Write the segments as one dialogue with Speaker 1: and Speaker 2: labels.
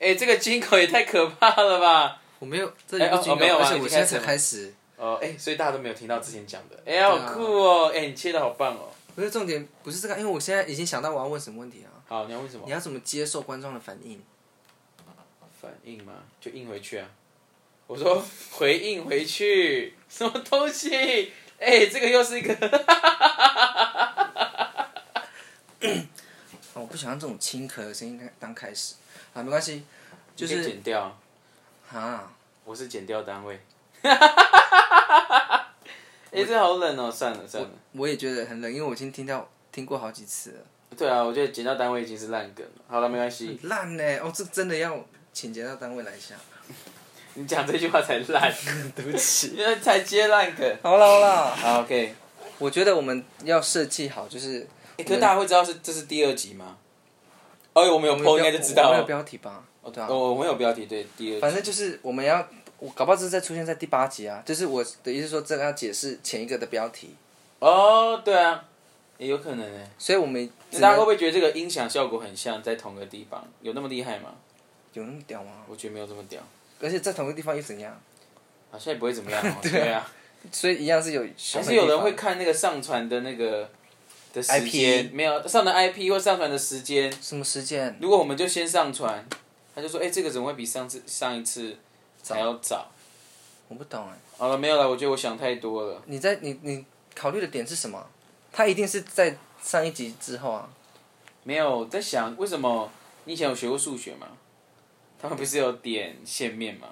Speaker 1: 哎，这个金口也太可怕了吧！
Speaker 2: 我没有，这
Speaker 1: 哎
Speaker 2: 里
Speaker 1: 哦
Speaker 2: 不仅有，
Speaker 1: 没有啊
Speaker 2: 而且
Speaker 1: 已
Speaker 2: 我
Speaker 1: 经开
Speaker 2: 现在
Speaker 1: 始
Speaker 2: 才
Speaker 1: 了
Speaker 2: 开始。
Speaker 1: 哦，哎，所以大家都没有听到之前讲的，哎、
Speaker 2: 啊
Speaker 1: 好酷哦！哎，你切的好棒哦！
Speaker 2: 不是重点，不是这个，因为我现在已经想到我要问什么问题了。
Speaker 1: 好，你要问什么
Speaker 2: 你？要怎么接受观众的反应？
Speaker 1: 反应吗？就应回去啊！我说 回应回去，什么东西？哎、这个又是一个
Speaker 2: 哦我不喜欢这种轻咳的声音当当开始。啊，没关系，就
Speaker 1: 你可以
Speaker 2: 是
Speaker 1: 剪掉啊，
Speaker 2: 啊，
Speaker 1: 我是剪掉单位。 哎、这好冷哦！算了算了，
Speaker 2: 我也觉得很冷，因为我已经听到听过好几次了。
Speaker 1: 对啊，我觉得剪掉单位已经是烂梗了。好了，没关系，
Speaker 2: 很烂呢、哦，这真的要请节到单位来一下。
Speaker 1: 你讲这句话才烂， 对不起， 因为才接烂梗。
Speaker 2: 好了好了，
Speaker 1: 好，OK。
Speaker 2: 我觉得我们要设计好，就是
Speaker 1: 欸可是大家会知道是这是第二集吗？哦，我们有 PO 应该就知道
Speaker 2: 我们有
Speaker 1: 了。
Speaker 2: 标题吧？哦对啊，
Speaker 1: 哦，我们有标题，对，第二集。
Speaker 2: 反正就是我们要，我搞不好这是再出现在第八集啊。就是我的意思是说，这个要解释前一个的标题，
Speaker 1: 哦，对啊，也有可能哎、
Speaker 2: 所以我们
Speaker 1: 那
Speaker 2: 只
Speaker 1: 大家会
Speaker 2: 能
Speaker 1: 不会觉得这个音响效果很像在同个地方？有那么厉害吗？
Speaker 2: 有那么屌吗？
Speaker 1: 我觉得没有这么屌，
Speaker 2: 而且在同一个地方又怎样？
Speaker 1: 好像也不会怎么样、 哦。对啊，
Speaker 2: 所以一样是有，
Speaker 1: 还
Speaker 2: 还
Speaker 1: 是有人会看那个上传的那个的时
Speaker 2: IP
Speaker 1: 间，没有上传 IP 或上传的时间。
Speaker 2: 什么时间？
Speaker 1: 如果我们就先上传，他就说：“哎、这个怎么会比上次上一次还要早
Speaker 2: 我不懂哎、？”
Speaker 1: 好了，没有了，我觉得我想太多了。
Speaker 2: 你在你你考虑的点是什么？他一定是在上一集之后啊。
Speaker 1: 没有在想为什么你以前有学过数学吗？他们不是有点线面吗？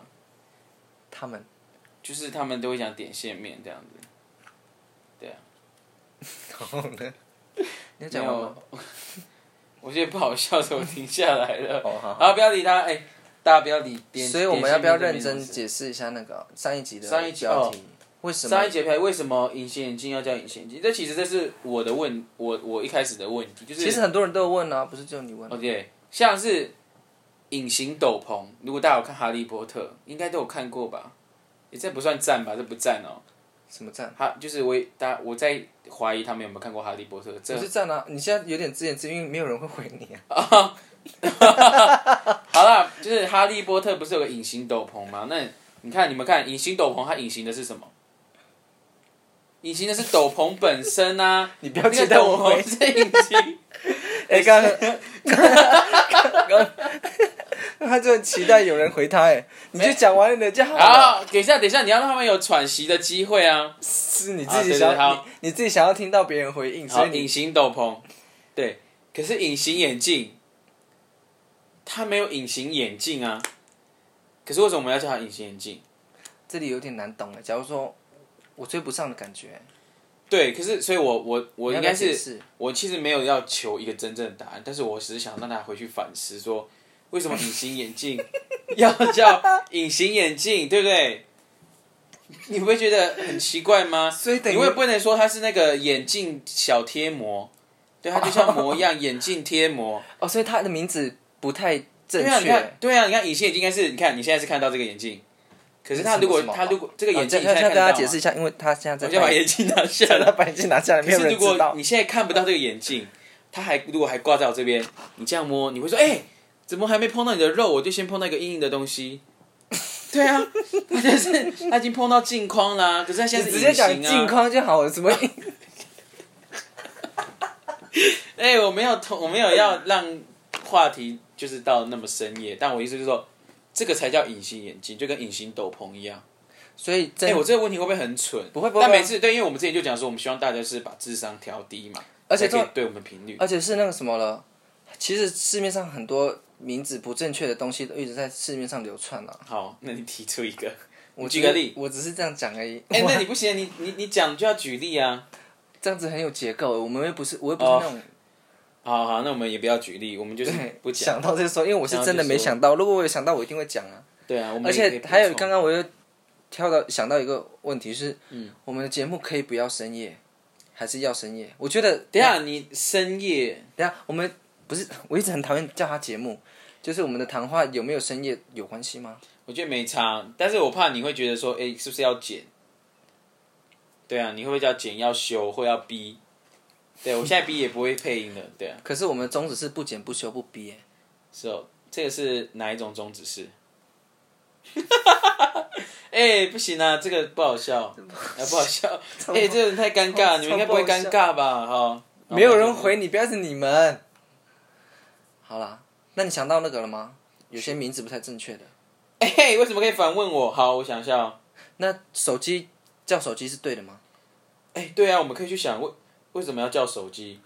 Speaker 2: 他们
Speaker 1: 就是他们都会讲点线面这样子。
Speaker 2: 然后呢？你
Speaker 1: 没
Speaker 2: 要讲完吗
Speaker 1: 有？， 我觉得不好笑，所以我停下来了。
Speaker 2: 哦好
Speaker 1: 不要理他，哎、大家不要理点。
Speaker 2: 所以我们要不要认
Speaker 1: 点
Speaker 2: 真
Speaker 1: 线面这件事？
Speaker 2: 解释一下那个上一集的
Speaker 1: 上一集哦
Speaker 2: 标题？为什么
Speaker 1: 上一节拍为什么隐形眼镜要叫隐形眼镜？这其实这是我的问，我我一开始的问题就是。哦
Speaker 2: 其实很多人都有问啊，不是只有你问。
Speaker 1: OK，像是隐形斗篷，如果大家有看《哈利波特》，应该都有看过吧？诶这不算赞吧？这不赞哦。
Speaker 2: 什么站？
Speaker 1: 他就是我也，大我在怀疑他们有没有看过《哈利波特》这
Speaker 2: 不。是站啊！你现在有点自言自语，因为没有人会回你啊。
Speaker 1: 好啦，就是《哈利波特》不是有个隐形斗篷吗？那你看，你们看隐形斗篷，它隐形的是什么？隐形的是斗篷本身啊！
Speaker 2: 你不要
Speaker 1: 那
Speaker 2: 期
Speaker 1: 个
Speaker 2: 待
Speaker 1: 斗
Speaker 2: 我
Speaker 1: 篷。
Speaker 2: 回
Speaker 1: 是隐形，
Speaker 2: 哎，刚刚 刚刚他就很期待有人回他哎，你就讲完了就好了。
Speaker 1: 好，等一下，等一下，你要让他们有喘息的机会啊！
Speaker 2: 是你
Speaker 1: 啊
Speaker 2: 自己
Speaker 1: 对
Speaker 2: 想
Speaker 1: 对好
Speaker 2: 要，你你自己想要听到别人回应，
Speaker 1: 好，
Speaker 2: 所以
Speaker 1: 隐
Speaker 2: 你
Speaker 1: 形斗篷，对，可是隐形眼镜，它没有隐形眼镜啊。可是为什么我们要叫它隐形眼镜？
Speaker 2: 这里有点难懂哎。假如说我追不上的感觉，
Speaker 1: 对，可是所以我我我
Speaker 2: 你要
Speaker 1: 应
Speaker 2: 不
Speaker 1: 该
Speaker 2: 要解
Speaker 1: 是
Speaker 2: 释
Speaker 1: 我其实没有要求一个真正的答案，但是我只是想让大家回去反思说，为什么隐形眼 镜要叫隐形眼镜，对不对？你不会觉得很奇怪吗？
Speaker 2: 所以等于
Speaker 1: 你会不能说它是那个眼镜小贴膜，对，它就像膜一 样，眼镜贴膜。
Speaker 2: 哦，所以他的名字不太正
Speaker 1: 对啊，你看
Speaker 2: 确。，
Speaker 1: 对啊，你看隐形眼镜应该是，你看你现在是看到这个眼镜，可是他
Speaker 2: 这是
Speaker 1: 如果
Speaker 2: 什么
Speaker 1: 他如果这个眼镜
Speaker 2: 哦
Speaker 1: 你现
Speaker 2: 这这
Speaker 1: 在
Speaker 2: 要
Speaker 1: 看
Speaker 2: 跟
Speaker 1: 得到吗，
Speaker 2: 大家解释一下，因为他现在
Speaker 1: 我
Speaker 2: 在
Speaker 1: 先把
Speaker 2: 拍
Speaker 1: 眼镜拿下
Speaker 2: 他
Speaker 1: 来。
Speaker 2: 把眼镜拿下来，没
Speaker 1: 可
Speaker 2: 有
Speaker 1: 是
Speaker 2: 人
Speaker 1: 如
Speaker 2: 知
Speaker 1: 果
Speaker 2: 道。
Speaker 1: 你现在看不
Speaker 2: 嗯
Speaker 1: 到这个眼镜，它还如果还挂在我这边，你这样摸，你会说，哎、怎么还没碰到你的肉，我就先碰到一个硬硬的东西。 对啊，他就是他已经碰到镜框啦、可是他现
Speaker 2: 你
Speaker 1: 在是
Speaker 2: 直接讲
Speaker 1: 隐形啊
Speaker 2: 镜框就好了，什么？
Speaker 1: 哎、我没有同，我没有要让话题就是到那么深夜，但我意思就是说，这个才叫隐形眼镜，就跟隐形斗篷一样。
Speaker 2: 所以
Speaker 1: 哎、
Speaker 2: 真
Speaker 1: 我这个问题会不会很蠢？
Speaker 2: 不会不会
Speaker 1: 但
Speaker 2: 不会
Speaker 1: 每次对，因为我们之前就讲说，我们希望大家是把智商调低嘛，
Speaker 2: 而且
Speaker 1: 才可以
Speaker 2: 这
Speaker 1: 对我们频率。
Speaker 2: 而且是那个什么了，其实市面上很多名字不正确的东西都一直在市面上流窜了、
Speaker 1: 好，那你提出一个，
Speaker 2: 我
Speaker 1: 举
Speaker 2: 只
Speaker 1: 个
Speaker 2: 是
Speaker 1: 例。，
Speaker 2: 我只是这样讲 而已。
Speaker 1: 哎、
Speaker 2: 哇
Speaker 1: 那你不行，你你你讲就要举例啊。
Speaker 2: 这样子很有结构，我们又不是，我又不是
Speaker 1: 哦
Speaker 2: 那种、
Speaker 1: 好好，那我们也不要举例，我们就是
Speaker 2: 对
Speaker 1: 不讲。
Speaker 2: 想到就说，因为我是
Speaker 1: 然后
Speaker 2: 真的
Speaker 1: 就
Speaker 2: 没
Speaker 1: 说
Speaker 2: 想到。如果我有想到，我一定会讲啊。
Speaker 1: 对啊，我们
Speaker 2: 而
Speaker 1: 也可以
Speaker 2: 且
Speaker 1: 补
Speaker 2: 还有
Speaker 1: 充
Speaker 2: 刚刚我又跳到想到一个问题是，
Speaker 1: 嗯
Speaker 2: 我们的节目可以不要深夜，还是要深夜？我觉得
Speaker 1: 等一下你深夜
Speaker 2: 等一下，我们不是，我一直很讨厌叫他节目，就是我们的谈话有没有深夜有关系吗？
Speaker 1: 我觉得没差，但是我怕你会觉得说，哎、是不是要剪？对啊，你会不会叫剪要修或要逼？对我现在逼也不会配音了，对啊，
Speaker 2: 可是我们的宗旨是不剪不休不逼、欸
Speaker 1: 是哦，这个是 哪一种终止式？哎、不行啊，这个不好 笑，啊不好笑，哎、这个人太尴尬，
Speaker 2: 超
Speaker 1: 你们应该不会
Speaker 2: 超不好
Speaker 1: 尴
Speaker 2: 笑
Speaker 1: 尬吧？哈，
Speaker 2: 没有人回你，不要是你们。好啦，那你想到那个了吗？有些名字不太正确的。
Speaker 1: 哎、为什么可以反问我？好，我想一下、哦。
Speaker 2: 那手机叫手机是对的吗？
Speaker 1: 哎、对啊，我们可以去想为为什么要叫手机？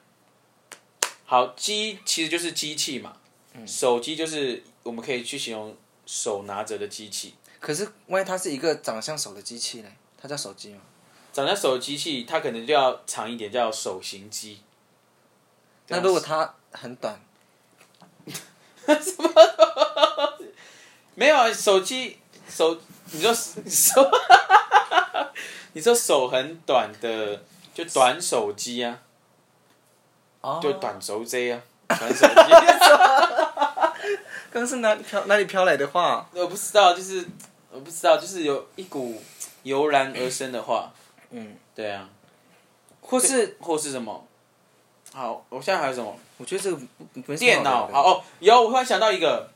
Speaker 1: 好，机其实就是机器嘛，
Speaker 2: 嗯
Speaker 1: 手机就是我们可以去形容手拿着的机器。
Speaker 2: 可是万一它是一个长得像手的机器嘞，它叫手机吗？
Speaker 1: 长得像手机器，它可能就要长一点，叫手型机。这
Speaker 2: 那
Speaker 1: 样
Speaker 2: 如果它很短，
Speaker 1: 没有啊，手机手，你说手， 你说手很短的，就短手机啊，
Speaker 2: 哦
Speaker 1: 就短手 J 啊，短手机。
Speaker 2: 刚是哪里飘哪里飘来的话？
Speaker 1: 我不知道，就是我不知道，就是有一股油然而生的话，
Speaker 2: 嗯，
Speaker 1: 对啊，
Speaker 2: 或是
Speaker 1: 或是什么？好，我现在还有什么？
Speaker 2: 我觉得这个不不不是
Speaker 1: 电
Speaker 2: 好
Speaker 1: 脑？
Speaker 2: 的
Speaker 1: 好哦，有，我突然想到一个，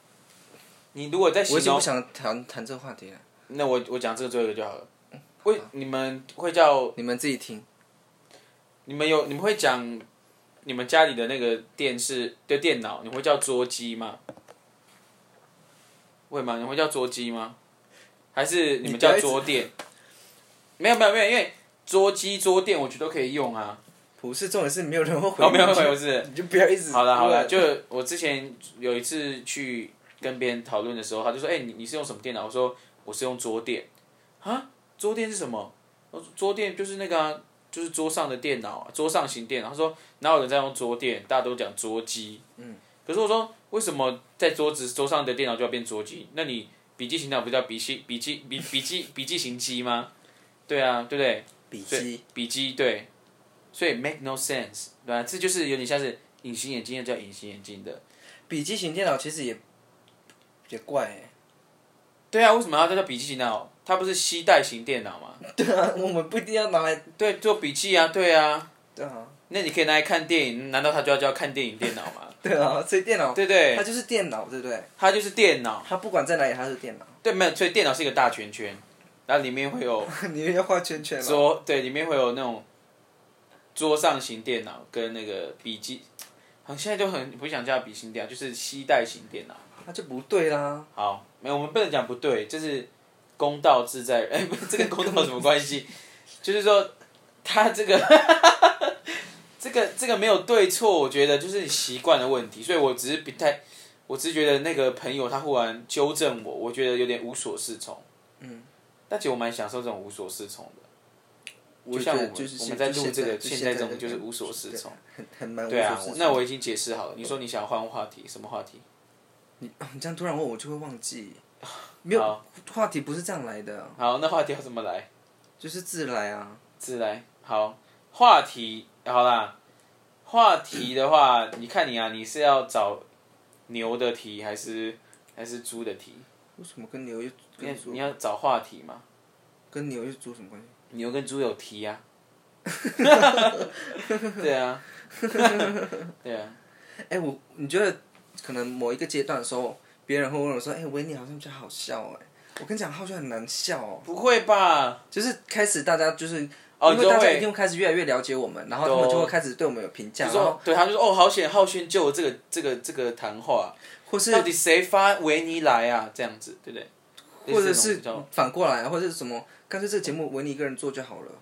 Speaker 1: 你如果在形
Speaker 2: 我已经
Speaker 1: 容
Speaker 2: 不，想谈谈这个话题了，
Speaker 1: 那我我讲这个最后一个就好了。
Speaker 2: 嗯
Speaker 1: 为你们会叫
Speaker 2: 你们自己听。
Speaker 1: 你们有你们会讲你们家里的那个电视的电脑，你会叫桌机吗？会吗？你会叫桌机吗？还是你们叫桌垫？没有没有没有，因为桌机桌垫我觉得都可以用啊。
Speaker 2: 不是重点是没有人会回
Speaker 1: 哦，没有
Speaker 2: 你
Speaker 1: 没有，不是。
Speaker 2: 你就不要一直
Speaker 1: 好了好了，就我之前有一次去跟别人讨论的时候，他就说：“哎、你你是用什么电脑？”我说：“我是用桌垫。”啊，桌垫是什么？我说桌垫就是那个啊、就是桌上的电脑啊、桌上型电脑。他说：“哪有人在用桌垫？大家都讲桌机。”嗯。可是我说，为什么在桌子桌上的电脑就要变桌机？那你笔记型电脑不叫笔记笔记笔笔记笔记型机吗？对啊，对不对？
Speaker 2: 笔
Speaker 1: 所
Speaker 2: 记
Speaker 1: 以，笔记对，所以 make no sense，对吧？这就是有点像是隐形眼镜，要叫隐形眼镜的。
Speaker 2: 笔记型电脑其实也也怪欸。
Speaker 1: 对啊，为什么要叫笔记型电脑？它不是吸带型电脑吗？
Speaker 2: 对啊， 我们不一定要拿来。
Speaker 1: 对，做笔记啊，对啊。
Speaker 2: 对啊，
Speaker 1: 那你可以拿来看电影，难道它就要叫看电影电脑吗？
Speaker 2: 对啊，所以电脑
Speaker 1: 对不对
Speaker 2: 它，就是电脑，对不对？
Speaker 1: 它就是电脑。
Speaker 2: 它不管在哪里，它是电脑。
Speaker 1: 对，没有，所以电脑是一个大圈圈，然后里面会有
Speaker 2: 你要画圈圈吗？
Speaker 1: 桌，对，里面会有那种桌上型电脑跟那个笔记，好，现在就很不想叫笔记型电脑，就是吸带型电脑。
Speaker 2: 那就不对啦。
Speaker 1: 好，没有，我们不能讲不对，就是公道自在人。 哎、不，这跟公道有什么关 系？就是说，他这个， 这个这个没有对错，我觉得就是你习惯的问题。所以我只是不太，我只是觉得那个朋友他忽然纠正我，我觉得有点无所适从。
Speaker 2: 嗯，
Speaker 1: 但其实我蛮享受这种无所适从的，
Speaker 2: 我
Speaker 1: 就像
Speaker 2: 觉
Speaker 1: 我
Speaker 2: 得
Speaker 1: 们
Speaker 2: 就是
Speaker 1: 我们在录这个，
Speaker 2: 现
Speaker 1: 现
Speaker 2: 在
Speaker 1: 在这种就是无所适从。，
Speaker 2: 很很蛮无
Speaker 1: 对啊
Speaker 2: 所适，从。
Speaker 1: 那我已经解释好了。你说你想要换话题，什么话题？
Speaker 2: 你啊你这样突然问我就会忘 记，没有
Speaker 1: 好
Speaker 2: 话题不是这样来的，
Speaker 1: 好，那话题要怎么来？
Speaker 2: 就是自来啊。
Speaker 1: 自来好话题好啦，话题的话，你看你啊，你是要找牛的题还是还是猪的题？
Speaker 2: 为什么跟牛又
Speaker 1: 你
Speaker 2: 跟猪
Speaker 1: 你要找话题嘛？
Speaker 2: 跟牛又猪什么关系？
Speaker 1: 牛跟猪有题 呀、啊，对啊，对啊，
Speaker 2: 哎，我你觉得可能某一个阶段的时候，别人会问我说：“哎，维尼好像比较好笑哎。”我跟你讲，浩轩很难笑哦。
Speaker 1: 不会吧？
Speaker 2: 就是开始大家就是，
Speaker 1: 哦你
Speaker 2: 因为
Speaker 1: 就
Speaker 2: 大家
Speaker 1: 会
Speaker 2: 一定开始越来越了解我们，然后他们
Speaker 1: 懂
Speaker 2: 就会开始对我们有评价，
Speaker 1: 就
Speaker 2: 然后
Speaker 1: 说对，他就说哦，好险，浩轩救了这个这个这个谈话，啊
Speaker 2: 或是
Speaker 1: 到底谁发维尼来啊？这样子对不对？
Speaker 2: 或者
Speaker 1: 类似
Speaker 2: 是
Speaker 1: 这种
Speaker 2: 反过来，或者是什么，干脆这个节目维尼一个人做就好了。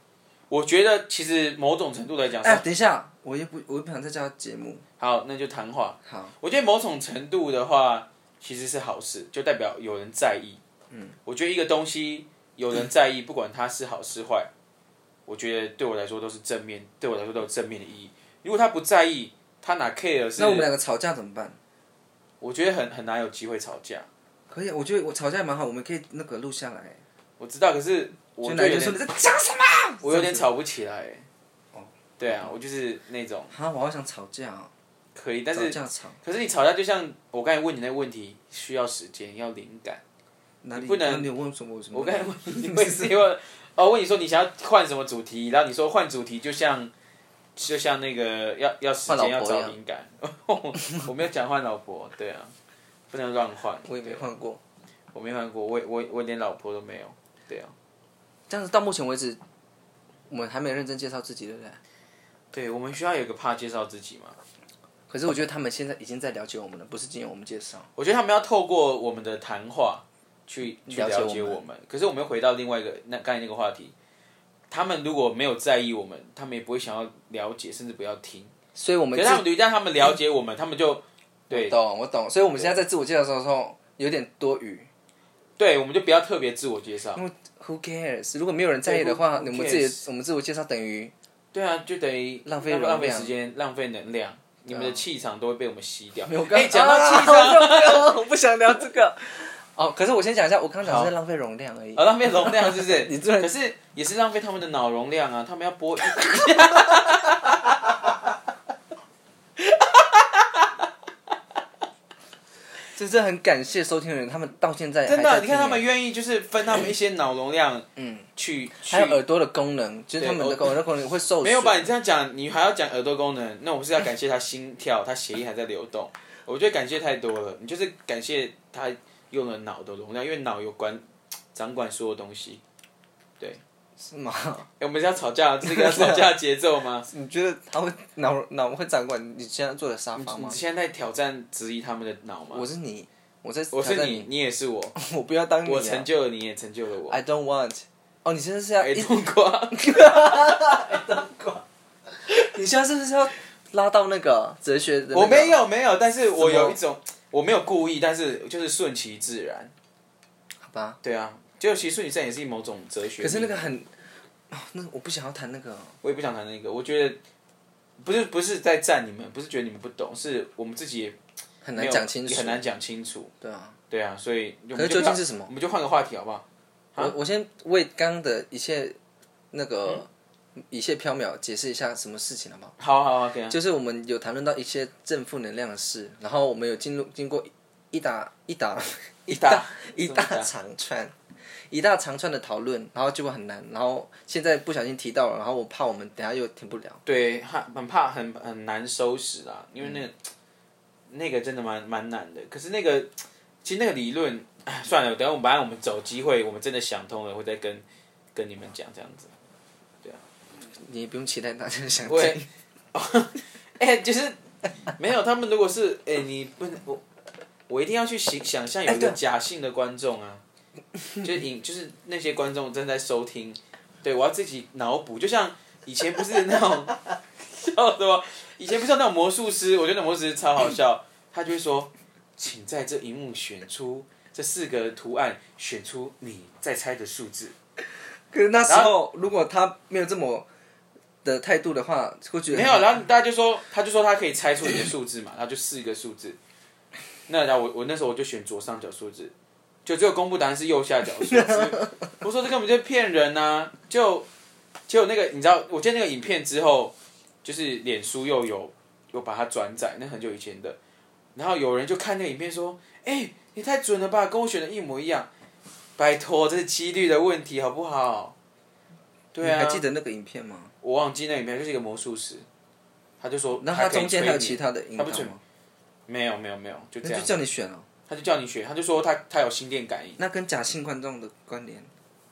Speaker 1: 我觉得其实某种程度来讲是，
Speaker 2: 哎，等一下，我又不，我又不想再叫他节目。
Speaker 1: 好，那就谈话。
Speaker 2: 好，
Speaker 1: 我觉得某种程度的话，其实是好事，就代表有人在意。嗯，我觉得一个东西有人在意，不管它是好是坏，我觉得对我来说都是正面，对我来说都有正面的意义。如果他不在意，他哪 care 是？
Speaker 2: 那我们两个吵架怎么办？
Speaker 1: 我觉得很很难有机会吵架。
Speaker 2: 可以，我觉得我吵架也蛮好，我们可以那个录下来。
Speaker 1: 我知道，可是我
Speaker 2: 就
Speaker 1: 就
Speaker 2: 男
Speaker 1: 有
Speaker 2: 生说
Speaker 1: 点
Speaker 2: 你在讲什么？
Speaker 1: 我有点吵不起来。
Speaker 2: 哦
Speaker 1: 对啊，我就是那种
Speaker 2: 啊，我好想吵架哦，
Speaker 1: 可以，但是
Speaker 2: 吵架吵
Speaker 1: 可是你吵架就像我刚才问你那个问题，需要时间，要灵感。
Speaker 2: 哪里？
Speaker 1: 不能
Speaker 2: 那你有问什么？我什 么？
Speaker 1: 我刚才问你为什么？哦，问你说你想要换什么主题，然后你说换主题就像就像那个要要时
Speaker 2: 换老
Speaker 1: 间
Speaker 2: 婆
Speaker 1: 要找
Speaker 2: 一样
Speaker 1: 灵感。我没有讲换老婆，对啊，不能乱换。
Speaker 2: 我也没换过。
Speaker 1: 我没换过，我也我也我连老婆都没有。对啊，
Speaker 2: 但是到目前为止，我们还没有认真介绍自己，对不对？
Speaker 1: 对我们需要有个怕介绍自己嘛？
Speaker 2: 可是我觉得他们现在已经在了解我们了，不是经由我们介绍。
Speaker 1: 我觉得他们要透过我们的谈话去去
Speaker 2: 了解
Speaker 1: 了解
Speaker 2: 我
Speaker 1: 我们。可是我们又回到另外一个那刚才那个话题，他们如果没有在意我们，他们也不会想要了解，甚至不要听。
Speaker 2: 所以我们
Speaker 1: 可是他们一旦他们了解我们，他们就
Speaker 2: 对，懂我懂。所以我们现在在自我介绍的时候有点多余。
Speaker 1: 对我们就不要特别自我介绍。
Speaker 2: Who cares？如果没有人在意的话，
Speaker 1: 对，who- who
Speaker 2: 我们自己我们自我介绍等于
Speaker 1: 对啊，就等于
Speaker 2: 浪费容
Speaker 1: 浪费
Speaker 2: 量
Speaker 1: 时间、浪费能量，你们的气场都会被我们吸掉。
Speaker 2: 我刚
Speaker 1: 哎，讲到气场，
Speaker 2: 啊我没有我不想聊这 个。哦，可是我先讲一下，我刚刚讲是在浪费容量而已。
Speaker 1: 啊，浪费容量是不是？
Speaker 2: 你这人
Speaker 1: 可是也是浪费他们的脑容量啊！他们要播一，
Speaker 2: 真是很感谢收听的人，啊他们到现在
Speaker 1: 真
Speaker 2: 还在
Speaker 1: 的，啊
Speaker 2: 听
Speaker 1: 你看他们
Speaker 2: 耶
Speaker 1: 愿意就是分他们一些脑容量，
Speaker 2: 嗯，
Speaker 1: 去去
Speaker 2: 还有耳朵的功能，就是
Speaker 1: 对
Speaker 2: 他们
Speaker 1: 耳
Speaker 2: 的耳朵功能 会受损。
Speaker 1: 没有吧？你这样讲，你还要讲耳朵功能，那我们是要感谢他心跳，他血液还在流动。我觉得感谢太多了，你就是感谢他用了脑的容量，因为脑有管掌管所有东西。
Speaker 2: 是吗？
Speaker 1: 哎，我们是要吵架，这是一个要吵架的节奏吗？
Speaker 2: 你觉得他会脑脑会掌管你现在坐的沙发
Speaker 1: 你
Speaker 2: 吗？
Speaker 1: 现在在挑战质疑他们的脑吗？
Speaker 2: 我是你，我在
Speaker 1: 我
Speaker 2: 挑
Speaker 1: 是
Speaker 2: 战
Speaker 1: 你，，你也是我，
Speaker 2: 我不要当你啊。
Speaker 1: 我成就了你，也成就了我。
Speaker 2: I don't want。哦，你现在是要
Speaker 1: 哎，
Speaker 2: 一，
Speaker 1: 冬 瓜，
Speaker 2: 你现在是不是要拉到那个哲学的那个？
Speaker 1: 我没有没有，但是我
Speaker 2: 啊什么
Speaker 1: 有一种我没有故意，但是就是顺其自然。
Speaker 2: 好吧。
Speaker 1: 对啊，就其实顺其自然也是某种哲学。
Speaker 2: 可啊是那个很，哦那我不想要谈那个。
Speaker 1: 我也不想谈那个，我觉得不是不是在赞你们，不是觉得你们不懂，是我们自己也
Speaker 2: 很
Speaker 1: 没
Speaker 2: 难
Speaker 1: 有
Speaker 2: 讲清楚，
Speaker 1: 也很难讲清楚。
Speaker 2: 对啊，
Speaker 1: 对啊，所以我们
Speaker 2: 可是
Speaker 1: 就
Speaker 2: 究竟是什么
Speaker 1: 我们就换个话题好不好？啊
Speaker 2: 我我先为刚刚的一切那个、一切缥缈解释一下什么事情好不好？
Speaker 1: 好好好，对啊，
Speaker 2: 就是我们有谈论到一些正负能量的事，然后我们有进入经过一打一打
Speaker 1: 一大
Speaker 2: 一大长串一大长串的讨论，然后结果很难，然后现在不小心提到了，然后我怕我们等下又停不了。
Speaker 1: 对，很很怕很很难收拾啦，因为那个、那个真的蛮蛮难的。可是那个其实那个理论，唉算了，等下我们反正我们走机会，我们真的想通了，会再跟跟你们讲这样子。
Speaker 2: 你也不用期待大家想
Speaker 1: 喂
Speaker 2: 听，，
Speaker 1: 哎、就是没有他们，如果是哎、你不能我我一定要去想想象有一个假性的观众啊，就引就是那些观众正在收听，对我要自己脑补，就像以前不是那种 笑什么，以前不是有那种魔术师，我觉得那魔术师超好笑，他就会说，请在这一幕选出这四个图案，选出你在猜的数字。
Speaker 2: 可是那时
Speaker 1: 然
Speaker 2: 候如果他没有这么的态度的话，会觉得
Speaker 1: 没有，然后大家就说，他就说他可以猜出你的数字嘛，然后就四个数字。那然后我我那时候我就选左上角数字，就只有公布答案是右下角数字。我说这根本就骗人呐、就就那个你知道，我见那个影片之后，就是脸书又有有把它转载，那很久以前的。然后有人就看那个影片说：“哎、你太准了吧，跟我选的一模一样。”拜托，这是几率的问题，好不好？对啊，
Speaker 2: 你还记得那个影片吗？
Speaker 1: 我忘记那里面就是一个魔术师，他就说，
Speaker 2: 那
Speaker 1: 他
Speaker 2: 他
Speaker 1: 可以
Speaker 2: 中间还有
Speaker 1: 催
Speaker 2: 其
Speaker 1: 你
Speaker 2: 他的引导
Speaker 1: 他不准
Speaker 2: 吗？
Speaker 1: 没有没有没有，就这
Speaker 2: 那
Speaker 1: 样
Speaker 2: 就，叫你选了。
Speaker 1: 他就叫你学，他就说他他有心电感应。
Speaker 2: 那跟假性观众的关联，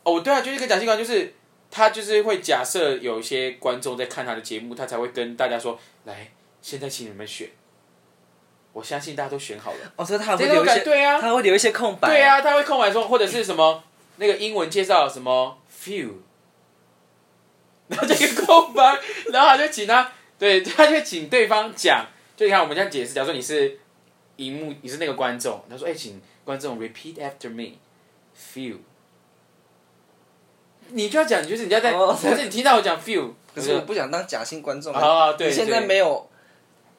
Speaker 1: 哦，对啊，就是跟假性观就是他就是会假设有一些观众在看他的节目，他才会跟大家说，来，现在请你们选。我相信大家都选好了。
Speaker 2: 哦，所以他还会
Speaker 1: 这个
Speaker 2: 留一
Speaker 1: 感
Speaker 2: 些，
Speaker 1: 对啊，
Speaker 2: 他会留一些空白。
Speaker 1: 对，啊，他会空白说，或者是什么那个英文介绍什么 few，然后这个空白，然后他就请他，对，他就请对方讲，就你看我们这样解释，假如说你是荧幕，你是那个观众，他说，哎、请观众 repeat after me，few。你就要讲，就是你要在，
Speaker 2: 哦
Speaker 1: 可是你听到我讲 few，
Speaker 2: 可是我不想当假性观众
Speaker 1: 啊对
Speaker 2: 你现在
Speaker 1: 对
Speaker 2: 没有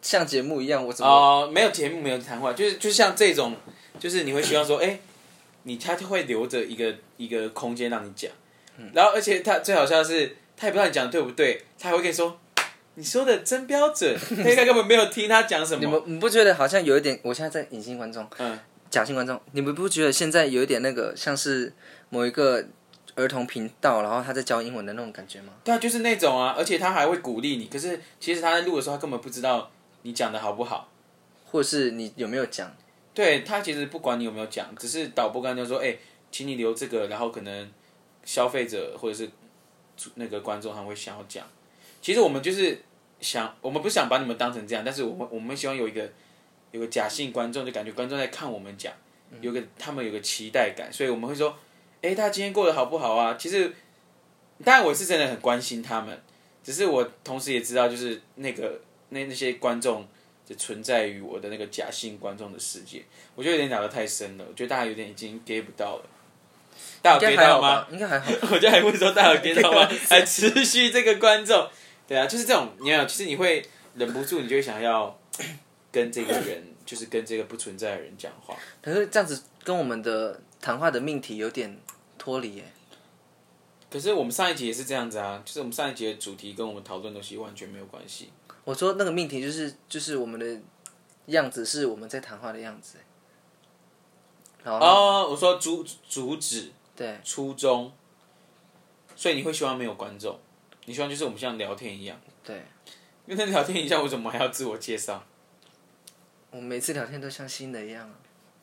Speaker 2: 像节目一样，我怎么？
Speaker 1: 哦、没有节目，没有谈话，就是就像这种，就是你会希望说，哎、你他就会留着一个一个空间让你讲，
Speaker 2: 嗯
Speaker 1: 然后而且他最好笑的是，他也不知道你讲得对不对，他还会跟你说，你说的真标 准，但是他根本没有听他讲什
Speaker 2: 你
Speaker 1: 么，
Speaker 2: 们你不觉得好像有一点？我现在在隐性观众、
Speaker 1: 嗯，
Speaker 2: 假性观众，你们不觉得现在有一点那个像是某一个儿童频道，然后他在教英文的那种感觉吗？
Speaker 1: 对啊，就是那种啊，而且他还会鼓励你，可是其实他在录的时候，他根本不知道你讲的好不好，
Speaker 2: 或者是你有没有讲？
Speaker 1: 对他其实不管你有没有讲，只是导播刚才就说，哎、请你留这个，然后可能消费者或者是那个观众他们会想要讲。其实我们就是想，我们不是想把你们当成这样，但是我们我们希望有一个有个假性观众，就感觉观众在看我们讲，
Speaker 2: 嗯
Speaker 1: 有个他们有个期待感，所以我们会说，哎、他今天过得好不好啊？其实，当然我是真的很关心他们，只是我同时也知道，就是那个那那些观众。就存在于我的那个假性观众的世界，我觉得有点聊得太深了，我觉得大家有点已经 get 不到了。大家有 get
Speaker 2: 应该还
Speaker 1: 到
Speaker 2: 好
Speaker 1: 吗？
Speaker 2: 吧？应该还好。 啊
Speaker 1: 我就还问说大家有 get 到吗？还持续这个观众，对啊，就是这种，你有，其实你会忍不住，你就会想要跟这个人，就是跟这个不存在的人讲话。
Speaker 2: 可是这样子跟我们的谈话的命题有点脱离耶。
Speaker 1: 可是我们上一集也是这样子啊，就是我们上一集的主题跟我们讨论的东西完全没有关系。
Speaker 2: 我说那个命题就是就是我们的样子是我们在谈话的样子耶。然后
Speaker 1: 哦，我说主主旨、
Speaker 2: 对，
Speaker 1: 初衷，所以你会希望没有观众，你希望就是我们像聊天一样。
Speaker 2: 对，
Speaker 1: 因为那聊天一下，我怎么还要自我介绍？
Speaker 2: 我们每次聊天都像新的一样啊。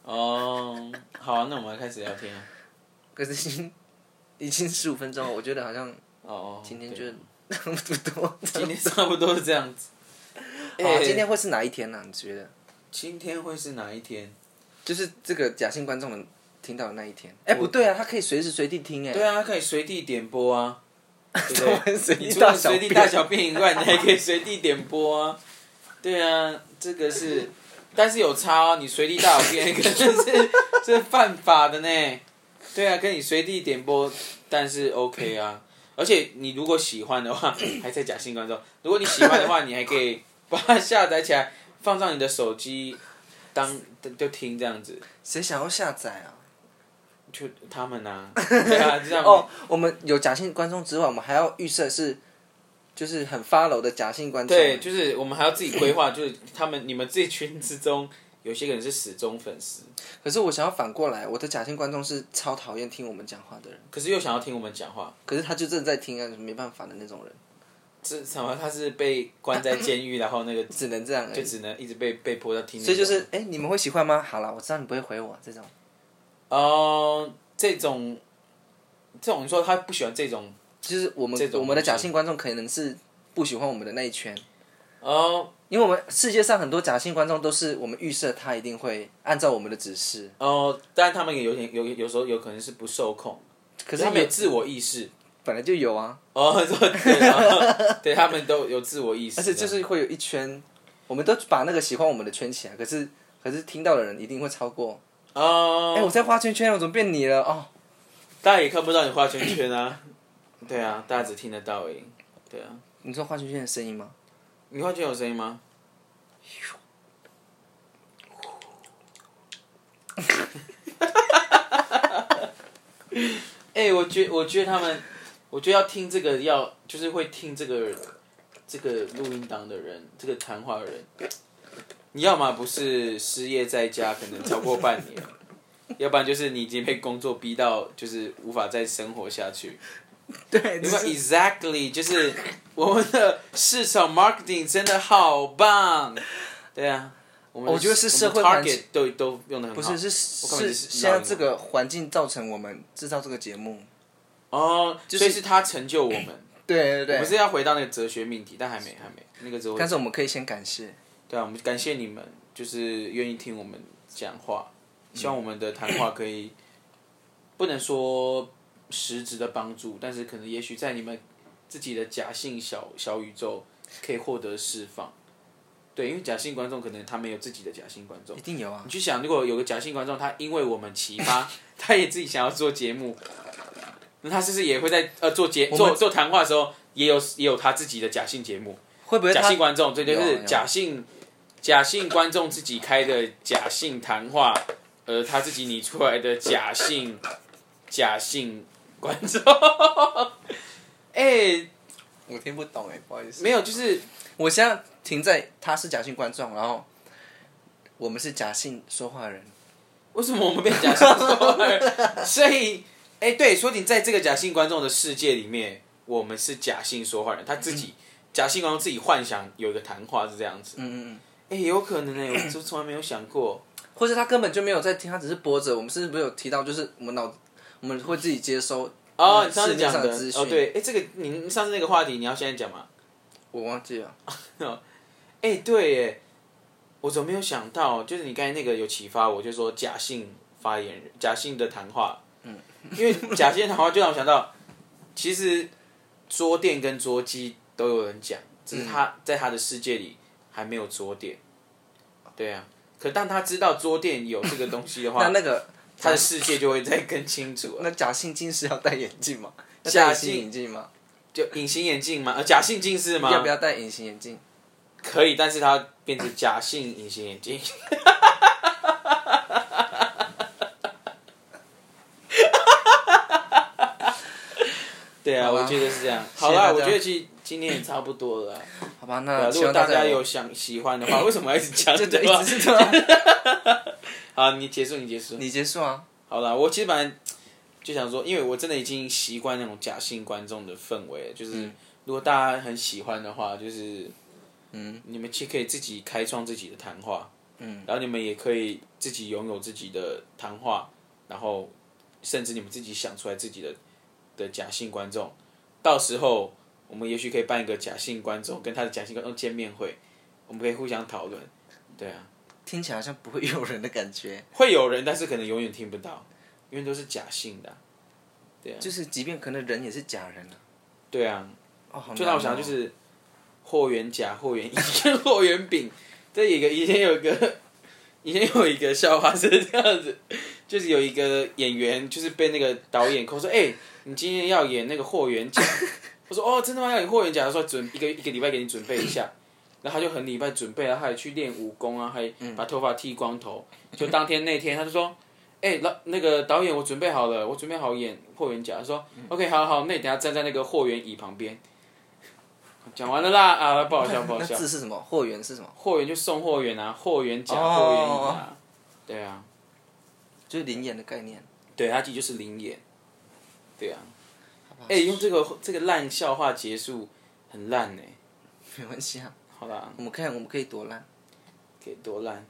Speaker 1: 哦，好啊，那我们来开始聊天啊。
Speaker 2: 可是已经已经十五分钟了，我觉得好像
Speaker 1: 哦哦，
Speaker 2: 今天
Speaker 1: 对
Speaker 2: 就差不 多。
Speaker 1: 今天差不多是这样子。
Speaker 2: 好啊
Speaker 1: 哎
Speaker 2: 今天会是哪一天呢、你觉得？
Speaker 1: 今天会是哪一天？
Speaker 2: 就是这个假性观众们听到的那一天。哎、不对啊，他可以随时随地听哎、
Speaker 1: 对啊，可以随地点播 啊，对
Speaker 2: 怎么
Speaker 1: 不
Speaker 2: 会
Speaker 1: 对？
Speaker 2: 随地
Speaker 1: 你除了
Speaker 2: 大小
Speaker 1: 随地
Speaker 2: 便
Speaker 1: 大小便以外，你还可以随地点播啊。对啊，这个 是，但是有差哦，你随地大小便可能是 是犯法的呢。对啊，跟你随地点播，但是 OK 啊。而且你如果喜欢的 话，还在假性观众。如果你喜欢的话，你还可以把它下载起来，放上你的手机，当就听这样子。
Speaker 2: 谁想要下载啊？
Speaker 1: 就他们 呐、对啊，就这样。
Speaker 2: 哦，我们有假性观众之外，我们还要预设是，就是很 follow 的假性观众。
Speaker 1: 对，就是我们还要自己规
Speaker 2: 嗯
Speaker 1: 划，就是他们你们这群之中，有些人是死忠粉丝，
Speaker 2: 可是我想要反过来，我的假性观众是超讨厌听我们讲话的人，
Speaker 1: 可是又想要听我们讲话。
Speaker 2: 可是他就正在听啊，没办法的那种人，
Speaker 1: 这什么？他是被关在监狱，然后那个
Speaker 2: 只能这样而
Speaker 1: 就
Speaker 2: 已。
Speaker 1: 只能一直被被迫要听那
Speaker 2: 所
Speaker 1: 种。
Speaker 2: 以就是，哎、你们会喜欢吗？好啦，我知道你不会回我这种。
Speaker 1: 哦、这种这种你说他不喜欢嗯这种
Speaker 2: 就是我们
Speaker 1: 这种
Speaker 2: 我们的
Speaker 1: 东西
Speaker 2: 假性观众可能是不喜欢我们的那一圈，
Speaker 1: 哦
Speaker 2: 因为我们世界上很多假性观众都是我们预设他一定会按照我们的指示，
Speaker 1: 哦，但他们也有点有有时候有可能是不受控，
Speaker 2: 可是
Speaker 1: 他
Speaker 2: 他
Speaker 1: 们有
Speaker 2: 们
Speaker 1: 自我意识。
Speaker 2: 本来就有啊，
Speaker 1: 哦，说 对啊，对他们都有自我意识，
Speaker 2: 而且就是会有一圈，我们都把那个喜欢我们的圈起来，可是可是听到的人一定会超过。
Speaker 1: 哦
Speaker 2: 哎、，我在画圈圈，我怎么变你了？哦，
Speaker 1: 大家也看不到你画圈圈啊。 对啊，大家只听得到而已。对啊，
Speaker 2: 你说画圈圈的声音吗？
Speaker 1: 你画圈有声音吗？ 哎、我觉我觉得他们，我觉得要听这个要就是会听这个这个录音档的人，这个谈话的人，你要么不是失业在家，可能超过半年， 要不然就是你已经被工作逼到，就是无法再生活下去。
Speaker 2: 对
Speaker 1: 有没有 exactly 就是我们的市场 marketing 真的好棒，对啊，我们
Speaker 2: 我觉得是社会
Speaker 1: 我们
Speaker 2: 环境
Speaker 1: target 都都用的很好，
Speaker 2: 不是是
Speaker 1: 我根本
Speaker 2: 是
Speaker 1: 就是
Speaker 2: 现在这个环境造成我们制造这个节目。
Speaker 1: 哦，所以是他成就我们，
Speaker 2: 对对
Speaker 1: 我们
Speaker 2: 对，
Speaker 1: 是要回到那个哲学命题，但还没还没那个哲学，
Speaker 2: 但是我们可以先感谢。
Speaker 1: 对啊，我们感谢你们，就是愿意听我们讲话，希望我们的谈话可以不能说实质的帮助，但是可能也许在你们自己的假性小小宇宙可以获得释放。对，因为假性观众可能他们有自己的假性观众
Speaker 2: 一。定有啊！
Speaker 1: 你去想，如果有个假性观众，他因为我们启发， 他也自己想要做节目，那他是不是也会在呃做节
Speaker 2: 我们
Speaker 1: 做做谈话的时候，也有也有他自己的假性节目？
Speaker 2: 会不会
Speaker 1: 假
Speaker 2: 他
Speaker 1: 性观众，对，就
Speaker 2: 有啊有
Speaker 1: 是
Speaker 2: 啊
Speaker 1: 假性假性观众自己开的假性谈话，呃，他自己拟出来的假性假性观众， 哎、
Speaker 2: 我听不懂哎，不好意思。
Speaker 1: 没有，就是
Speaker 2: 我现在停在他是假性观众，然后我们是假性说话人。
Speaker 1: 为什么我们变假性观众？所以，哎、对，说你在这个假性观众的世界里面，我们是假性说话人，他自己、假性观众自己幻想有一个谈话是这样子，
Speaker 2: 嗯嗯嗯
Speaker 1: 哎、有可能呢、我就从来没有想过。
Speaker 2: 嗯，或是他根本就没有在听，他只是播着。我们甚至不是有提到，就是我们脑我们会自己接收
Speaker 1: 哦，
Speaker 2: 嗯
Speaker 1: 你上次
Speaker 2: 市面
Speaker 1: 讲
Speaker 2: 上
Speaker 1: 的
Speaker 2: 的资讯，
Speaker 1: 哦，对，哎，这个你你上次那个话题，你要现在讲吗？
Speaker 2: 我忘记了。
Speaker 1: 哎，对耶，我怎么没有想到？就是你刚才那个有启发我，就说假性发言人、假性的谈话，嗯， 因为假性的谈话就让我想到，其实桌垫跟桌机都有人讲，只是
Speaker 2: 嗯
Speaker 1: 他在他的世界里还没有桌垫，对啊。可当他知道桌垫有这个东西的
Speaker 2: 那
Speaker 1: 话，
Speaker 2: 那个
Speaker 1: 他的世界就会再更清楚了。
Speaker 2: 那假性近视要戴眼 镜吗？要戴
Speaker 1: 假
Speaker 2: 隐形
Speaker 1: 性
Speaker 2: 眼镜吗？
Speaker 1: 就隐形眼镜吗？呃，假性近视 吗？
Speaker 2: 要不要戴隐形眼镜？
Speaker 1: 可以，但是它变成假性隐形眼镜。 对啊，
Speaker 2: 好吧
Speaker 1: 我觉得是这样。
Speaker 2: 谢
Speaker 1: 好
Speaker 2: 谢大
Speaker 1: 啦，
Speaker 2: 家
Speaker 1: 我觉得其实今天也差不多了啦。
Speaker 2: 好吧，
Speaker 1: 对啊
Speaker 2: 那
Speaker 1: 如
Speaker 2: 希
Speaker 1: 果
Speaker 2: 望
Speaker 1: 大
Speaker 2: 家
Speaker 1: 家有想喜欢的话，为什么要一直讲
Speaker 2: 就
Speaker 1: 对
Speaker 2: 对，
Speaker 1: 吧
Speaker 2: 一？直是这样。
Speaker 1: 好，你结束，你结束。
Speaker 2: 你结束啊？
Speaker 1: 好啦，我其实本来就想说，因为我真的已经习惯那种假性观众的氛围了，就是、如果大家很喜欢的话，就是
Speaker 2: 嗯
Speaker 1: 你们其实可以自己开创自己的谈话，
Speaker 2: 嗯，
Speaker 1: 然后你们也可以自己拥有自己的谈话，然后甚至你们自己想出来自己的的假性观众，到时候我们也许可以办一个假性观众跟他的假性观众哦见面会，我们可以互相讨论，对啊，
Speaker 2: 听起来好像不会有人的 感觉。
Speaker 1: 会有人，但是可能永远听不到，因为都是假性的啊、
Speaker 2: 就是即便可能人也是假人啊。
Speaker 1: 对啊，
Speaker 2: 哦，好
Speaker 1: 就让我
Speaker 2: 难
Speaker 1: 想
Speaker 2: 哦
Speaker 1: 到就是霍元甲、霍元乙 跟霍元丙，这一个以前有一个 以前有一个笑话是这样子，就是有一个演员就是被那个导演扣说，哎、你今天要演那个霍元 甲，我说哦，真的吗？要演霍元甲，他说准一个一个礼拜给你准备一下。然后他就很礼拜准备，然后他还去练武功啊，还把头发剃光头。就当天那天，他就说：“哎、老那个导演，我准备好了，我准备好演霍元甲。”他说：“OK，好
Speaker 2: 嗯
Speaker 1: 好，那你等下站在那个霍元乙旁边。”讲完了啦，啊，不好笑， 不好
Speaker 2: 那
Speaker 1: 笑。
Speaker 2: 字是什么？货源是什么？
Speaker 1: 霍元就送霍元啊，霍元甲、
Speaker 2: 哦
Speaker 1: 霍元乙啊，对啊，
Speaker 2: 就是灵眼的概念。
Speaker 1: 对他其实就是灵眼，对啊。
Speaker 2: 好吧
Speaker 1: 哎、用这个这个烂笑话结束，很烂呢、
Speaker 2: 没关系啊，
Speaker 1: 好啦，
Speaker 2: 我们看我们可以多烂。
Speaker 1: 给多烂，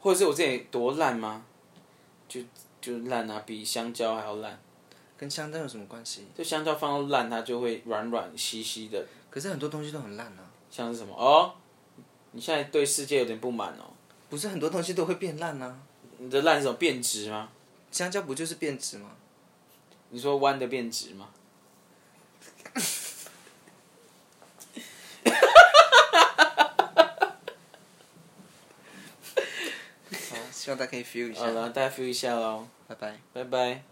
Speaker 1: 或者是我之前多烂吗？就就烂啊，比香蕉还要烂。
Speaker 2: 跟香蕉有什么关系？
Speaker 1: 就香蕉放到烂，它就会软软稀稀的，
Speaker 2: 可是很多东西都很烂啊，
Speaker 1: 像是什么哦？你现在对世界有点不满哦。
Speaker 2: 不是很多东西都会变烂啊。
Speaker 1: 你的烂是什么变质吗？
Speaker 2: 香蕉不就是变质吗？
Speaker 1: 你说弯的变直吗？
Speaker 2: 好，希望大家可以 feel 一
Speaker 1: 好
Speaker 2: 下。
Speaker 1: 了，大家 feel 一下喽，
Speaker 2: 拜拜。
Speaker 1: 拜拜。